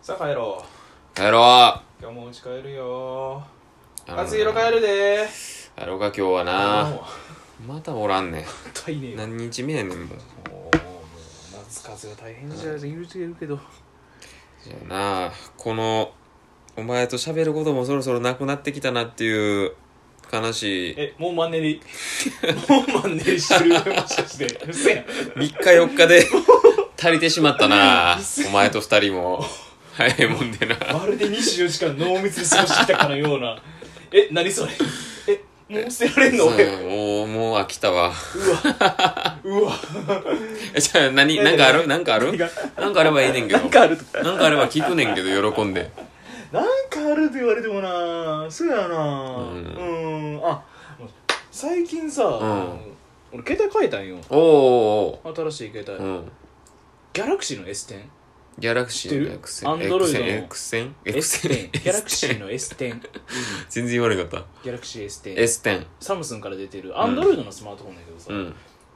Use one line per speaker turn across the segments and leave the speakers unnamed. さあ帰ろ
帰ろ
う今日もう家帰るよ
う
厚色帰るでー
やろうか今日はな
もう
またおらんねん
本当はいねえよ
何日目やねんもう
もうもう夏風邪が大変じゃ許してるけど
じゃあなこのお前と喋ることもそろそろなくなってきたなっていう悲しい
えもうマンネリもうマンネリしてるもしかしてう せやん
3日4日 で足りてしまったなお前と2人も早いもんでな
まるで24時間濃密に過ごしてきたかのようなえ何それえもう捨てられんの
そう
俺
やもうもう飽きたわ
うわ
えじゃあ何なんかあるなんかある
何が
なんかあればいいねんけど
なんかあると
なんかあれば聞くねんけど喜んで
なんかあると言われてもなそうやなうんんあ最近さ、
ん
俺携帯変えたんよ
おーお
新しい携
ーお
帯、
ーうん
ギャラクシーの S10
ギャラクシーの X
知
線
ってる Android の
X 線 X 線
S10 ギャラクシーの S10 うん
全然言われなかった
ギャラクシー S10
S10
サムスンから出てるアンドロイドのスマートフォンだけどさ、
うん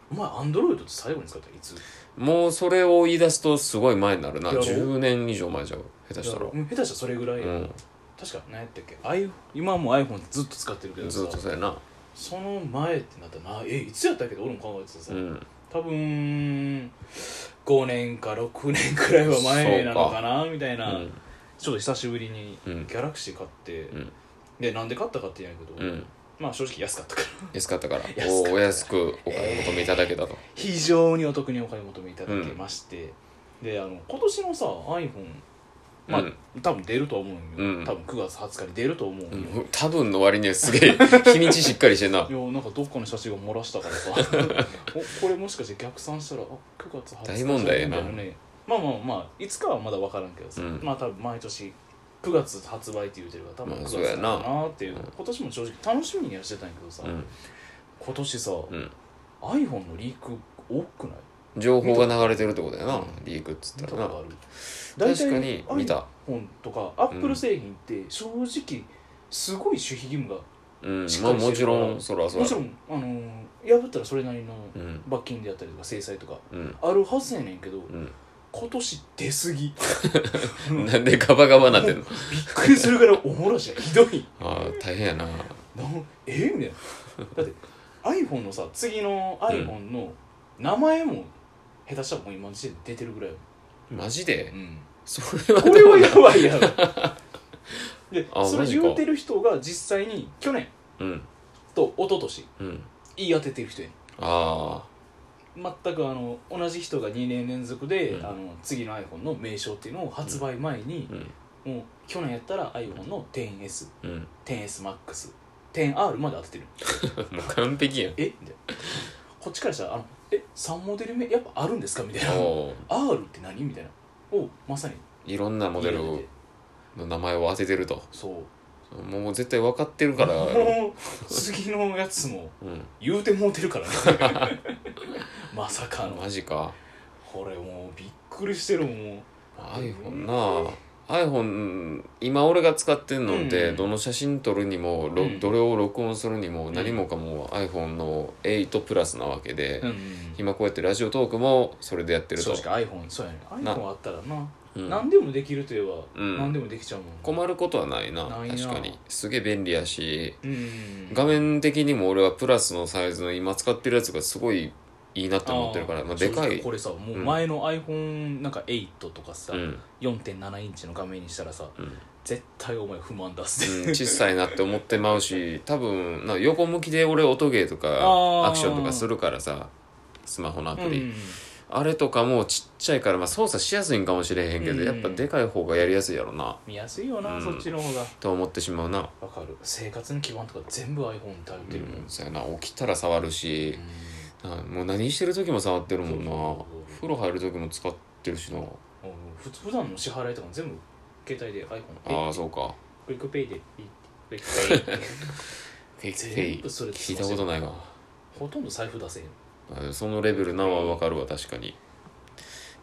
お前アンドロイドって最後に使ったのいつ
もうそれを言い出すとすごい前になるな
やろ
10年以上前じゃん下手したら
うん下手したらそれぐらいや、
うん
確か何やったっけ iPhone 今はもう iPhone ずっと使ってるけどさ
ずっとそうやな
その前ってなったらなえいつやったっけど俺も考えてたさ、
うん
多分5年か6年くらいは前なのかなみたいうな、
ん
ちょっと久しぶりにギ
うん
ャラクシー買って、
ん
でなんで買ったかって言うんやけ
う
ど、
ん
まあ正直安かったから
安かったから
安かった
おお安くお買い求めいただけたと
非常にお得にお買い求めいただけまして、であの今年のさ iPhone まあ、
うん
多分出ると思うんよ、
うん
多分9月20日に出ると思うんよ、
うん多分の割にはす げえ日にちしっかりしてんない
やなんかどっかの写真が漏らしたからさ おこれもしかして逆算したらあ9月20日
大問題やな
ねまあまあまあいつかはまだ分からんけどさ、
うん
まあ多分毎年9月発売って言うてるから多分9
まあ
月
そうやな
だなっていう、
うん
今年も正直楽しみにはしてたんやけどさ、
うん
今年さ、
うん
iPhone のリーク多くない
情報が流れてるってことやなリークっつっ
見
た
たこ
ら
と
な
ある
確かに見た
iPhone とか Apple 製品って正直すごい守秘義務が、
うん
しっ
ま
か
あ
りしてる
もちろんそらそ
も
ら
ちろん、あのー破ったらそれなりの
うん
罰金であったりとか制裁とか
うん
あるはずやねんけど
うん
今年出過ぎうんびっ
なんでガバガバなってんの
くりするぐらいおもろしやひどい
ああ大変やな
なんえみたいなだって iPhone のさ次の iPhone の名前も下手したらもう今の時点で出てるぐらいよ、
マジで
うん、
それは
これはやばい やろで
あ
そ
マ
れ
ジか
言うてる人が実際に去年
うん
と一昨年
うん
言い当ててる人やねん
ああ
全くあの同じ人が2年連続で、
うん
あの次の iPhone の名称っていうのを発売前に
う、ん
もう去年やったら iPhone の 10S、
うん
10SMAX、10R まで当ててる
もう完璧 やん
えみたいなこっちからしたらあのえ3モデル目やっぱあるんですかみたいな
おう
R って何みたいなをまさに
いろんなモデル
言い当てて
の名前を当ててると
そう
もう絶対分かってるからやろ
もう次のやつも
うん
言うてもうてるからね まさかの
マジか
これもうびっくりしてるもん
iPhone な iPhone 今俺が使ってんので、
うん
どの写真撮るにも、ろ
うん
どれを録音するにも
ん
何もかも iPhone の8プラスなわけで、
うん
今こうやってラジオトークもそれでやってる
正
と
直 iPhone そうやね iPhone あったらな、
うん
何でもできるといえば、
うん
何でもできちゃうもん
困ることはないな
ないな
確かにすげえ便利やし
うん
画面的にも俺はプラスのサイズの今使ってるやつがすごいいいなって思ってるからまあ、で
正
か
直
い
これさもううん前の iPhone なんか8とかさ、
うん
4.7インチの画面にしたらさ、
うん
絶対お前不満出す
うん
で、
小さいなって思ってまう し多分な横向きで俺音ゲーとか
ー
アクションとかするからさスマホのアプリ、
うん
あれとかもちっちゃいから、まあ、操作しやすいんかもしれへんけど、
うん
やっぱでかい方がやりやすいやろな
見やすいよな、
うん
そっちの方が
と思ってしまうな、
わかる生活の基盤とか全部 iPhone に頼っ
う
てるもん、
ん、そうやな起きたら触るし、なもう何してる時も触ってるもんな
そう
風呂入る時も使ってるしな
うんふ普段の支払いとかも全部携帯で iPhone ペイ
ああそうか
クイックペイでピックイックペイ
フェイクフェイ
全部それ
聞いたことないわ
ほとんど財布出せへん
あそのレベルなはわかるわ確かに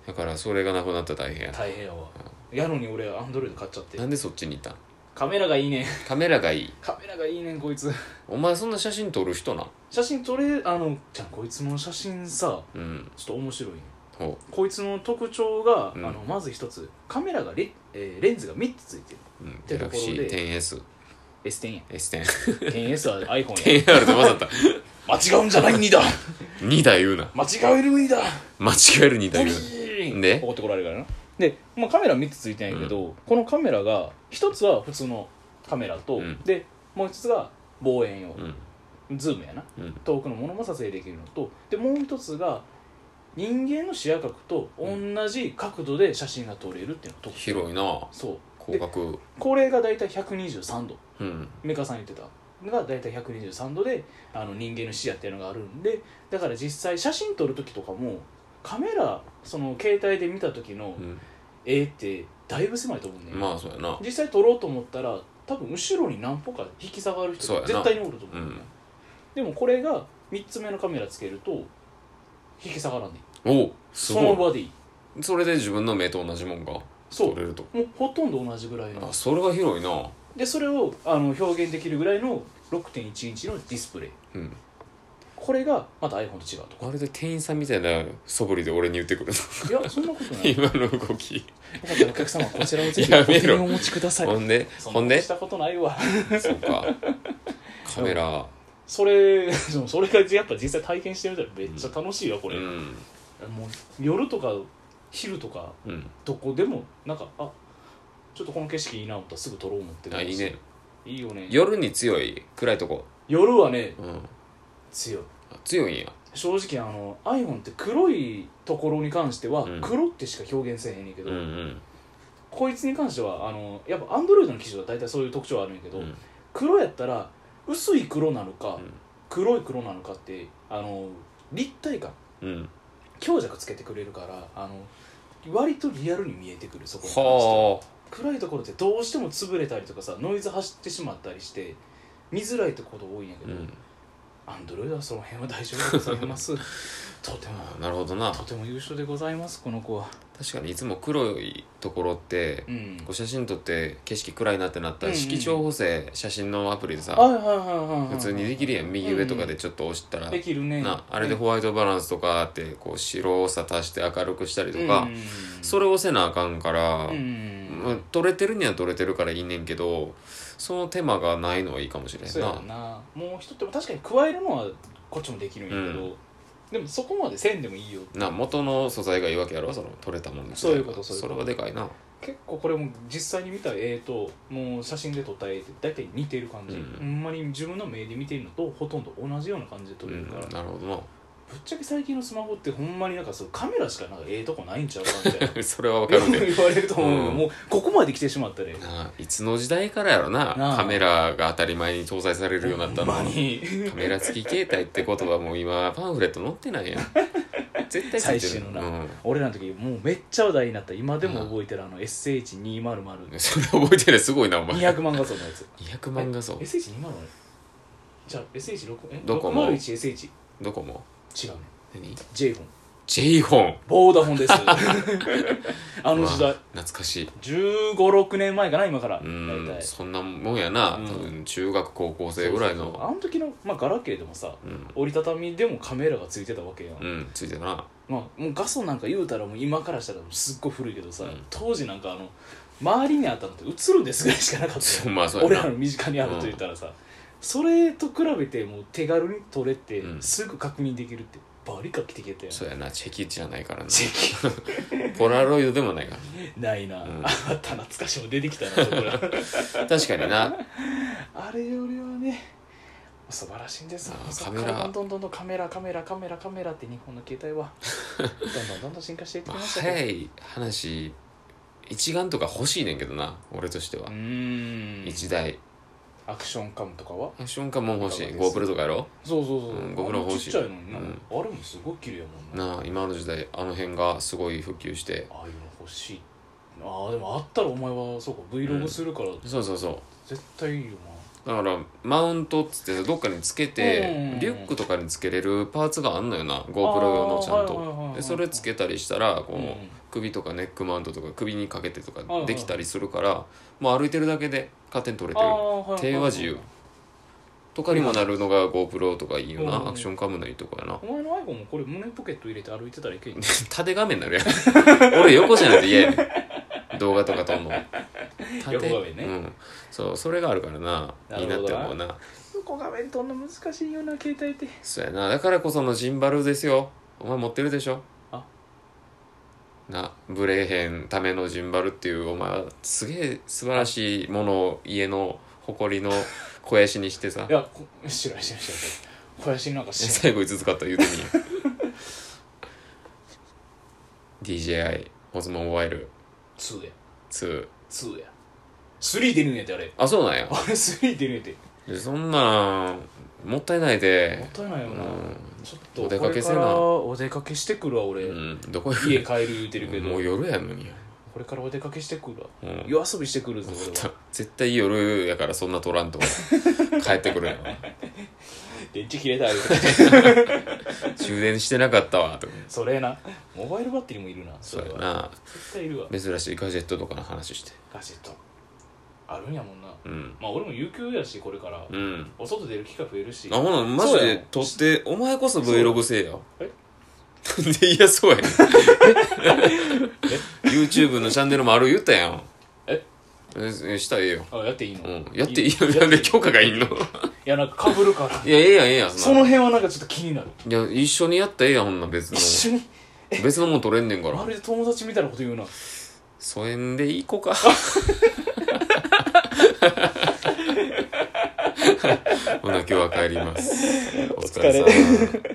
だからそれがなくなったら大変やな
大変やわやのに俺アンドロイド買っちゃって
なんでそっちにいたん
カメラがいいねん
カメラがいい
カメラがいいねんこいつ
お前そんな写真撮る人な
写真撮れあのじゃあこいつの写真さ
うん
ちょっと面白いね
ほ
こいつの特徴が、
うん
あのまず一つカメラがレ,、えーレンズが3つついてる
う、うん、
てところで
Galaxy10S
S10 や
S10
10S は iPhone や
10R と混 ざった
間違うんじゃない にだ
2台言うな
間違えるにだ
間違える
ブ
2台
リ
言うな
ーン
で
怒ってこられるからなで、まあ、カメラ3つついてんやけど、このカメラが1つは普通のカメラと、
うん
でもう1つが望遠用、
うん
ズームやな
うん
遠くのものも撮影できるのとでもう1つが人間の視野角と同じ角度で写真が撮れるっていうのが特徴
広いな
そう
広角
これが大体123度
うん
メカさん言ってたのが大体123度であの人間の視野っていうのがあるんでだから実際写真撮る時とかもカメラその携帯で見た時の
うん
絵ってだいぶ狭いと思うね、
まあそうやな
実際撮ろうと思ったら多分後ろに何歩か引き下がる人
そうや
が
な
絶対におると思う
う
ね、
ん
でもこれが3つ目のカメラつけると引き下がらない
おす
その
ご
場でいい
いそれで自分の目と同じもんが
そ
取
う
れると
もうほとんど同じぐらいの
あそれは広いな
でそれをあの表現できるぐらいの6.1インチのディスプレイ
うん
これがまた iPhone と違うと
まるで店員さんみたいな素振りで俺に言ってくる
いやそんなことないよ
今の動き
かったらお客様こちらをぜひ
や
お
めろ
手にお持ちください
ほんで
そ
ほ
ん
ん
なこ
で
としたことないわ
そうかカメラ
それ でもそれがやっぱ実際体験してみたらめっちゃ楽しいわこ
う
れ、
ん
もう夜とか昼とか
うん
どこでもなんかあちょっとこの景色いいな思ったらすぐ撮ろう思って
あいいね
いいよね
夜に強い暗いとこ
夜はね
うん
強い
あ強いんや
正直あの iPhone って黒いところに関しては
うん
黒ってしか表現せえへんねんけ
うん
ど、
うん
こいつに関してはあのやっぱ Android の機種は大体そういう特徴はあるんやけど、
うん
黒やったら薄い黒なのか、
ん
黒い黒なのかってあの立体感
うん
強弱つけてくれるからあの割とリアルに見えてくるそこに関しては
は
暗いところってどうしても潰れたりとかさノイズ走ってしまったりして見づらいってこと多いんや
あ
け
う
ど、
ん
アンドロイドはその辺は大丈夫でございます とても
あなるほどな
とても優秀でございますこの子は
確かにいつも黒いところって
うん
こう写真撮って景色暗いなってなった
う
ら
んうん
色調補正写真のアプリで
はい
さ
はいはいはいはい
普通にできるやん右上とかでちょっと押したら
できるね
なあれでホワイトバランスとかあってこう白さ足して明るくしたりと
う
か
ん
それをせなあかんから
うん
まあ撮れてるには撮れてるからいいねんけどその手間がないのはいいかもしれん
そうや
な
なもう人って確かに加えるのはこっちもできるんやけど、
う
でもそこまでせんでもいいよ
な元の素材がいいわけやろその撮れたもん自体
そういうこと
が
そういう
そ
こと
れはでかいな
結構これも実際に見た絵ともう写真で撮った絵って大体似てる感じ、
うん
ほんまに自分の目で見てるのとほとんど同じような感じで撮
う
れる
ん
から、ぶっ
な るほど
ちゃけ最近のスマホってほんまになんかそうカメラしかなんかええとこないんちゃうかみたいな
なそれは わか
言
るで
われると思うけど、
うん
もうここまで来てしまったで、
なあいつの時代からやろな
なあ
カメラが当たり前に搭載されるようになったの
ほんま
は
に
カメラ付き携帯ってことはもう今パンフレット載ってないやん絶対ついてる
最新のな
うん
俺らの時もうめっちゃ話題になった今でも覚えてるあの SH200
それ覚えてないすごいなお前
200万画素のやつ
200万画素
SH206 じゃあ SH6 え
ドコモ
601SH
どこも
違うね
何
J フォン
j フォン
ボーダフォンです あの時代
懐かしい
1 5 6年前かな今から
う
大
ん
体
そんなもんやな、
うん
多分中学高校生ぐら
そ
い
うそうそう
の
あの時のまあガラケーでもさ
うん、
折りたたみでもカメラがついてたわけやん、
うん、ついてたな
まあ、もう画素なんか言うたらもう今からしたらすっごい古いけどさ、
うん
当時なんかあの周りにあったのって映るんですぐらいしかなかった
そう
よ
まあそう
俺
や
ら
な
の身近にあると言ったらさ、それと比べてもう手軽に撮れて、
うん
すぐ確認できるってバリ画期的やったよ
そうやなチェキじゃないからな
チェ
ポラロイドでもないから
キないな、
うん
あった懐かしいもん出てきたなそこら
確か にな
あれよりはね素晴らしいんですよ
あー
そっ
カメ
から
ラ
どんどんどんどんカメラカメラカメラカメラって日本の携帯は どんどんどんどん進化していって
まあ
ましたけど、
早い話一眼とか欲しいねんけどな俺としては
うーん
一台
アクションカムとかは
アクションカも欲しい
いかがです
GoPro とかやろ
そうそうそう、
うん僕ら欲しい
あれもちっちゃいのにな、
うん
あれもすごい綺麗やもんな
なあ今の時代あの辺がすごい普及して
ああいうの欲しいああでもあったらお前はそうか Vlog するから
そうそうそう
絶対いいよ
だからマウントっつってさどっかにつけ
う
て
ん
リュックとかにつけれるパーツがあんのよな GoPro
な、
用のちゃん
あーはいはいはいはい
とでそれつけたりしたらこう、
うんうん
首とかネックマウントとか首にかけてと
いは
か
い
できたりするから、もう歩いてるだけで勝手に取れてる
あーいい
手は自由とかにもなるのが GoPro とかいいよな、
うん
アクションカムのいいとこやな
お前の iPhone もこれ胸ポケット入れて歩いてたらいけん
縦画面になるやん 俺横じゃないと嫌やねん動画とか撮んの
横画面ね
うん、そうそれがあるからな
なる
いい
ほどな
なって思うな
横画面撮んの難しいよな携帯って
そうやなだからこそのジンバルですよお前持ってるでしょ
あ
なブレへんためのジンバルっていうお前はすげえ素晴らしいものを家の誇り の肥やしにしてさ
いやこ知らん知らん知らん知らん小屋しなんか知らん
最後5つ買った言うてみ DJI オズモモバイル
2や
2
2や3出るんやてあれ
あそうなんや
あれ3出るんやて
でそんなんもったいない
もっ
で
たいないよな、
うん
ちょっと
お出
こ
か
れ
け
か
せな
らお出かけしてくるわ俺、
うんどこ
家
行
帰る言うてるけ
く
ど
もう夜やのに
これからお出かけしてくるわ
うん
夜遊びしてくるぞ俺は
絶対夜やからそんな取らんと帰ってくるや ろ
電池切れた よ
充電してなかったわとか
それなモバイルバッテリーもいるなそ
そう
れ
や
は
な
絶対いるわ
珍しいガジェットとかの話して
ガジェットあるんやもんな
うん
まあ俺も有給やしこれから、
うん
お外出る機会増えるし
あほなマジ
そうや
で撮ってお前こそ Vlog せえよ
え
でいやそうやねん YouTube のチャンネルもある言ったやん
え
えしたらええよ
あやっていいの、
う
い
んやっていいよ なんで許可がいんのい
やなんかかぶるから
やええやんええやん
そ
んな
の
ん
辺はなんかちょっと気になる
いや一緒にやったらええやんほんな別
一緒
の
に
別のもん撮れんねんから
まるで友達みたいなこと言うな
疎遠でいこ かほな今日は帰りますお疲れ様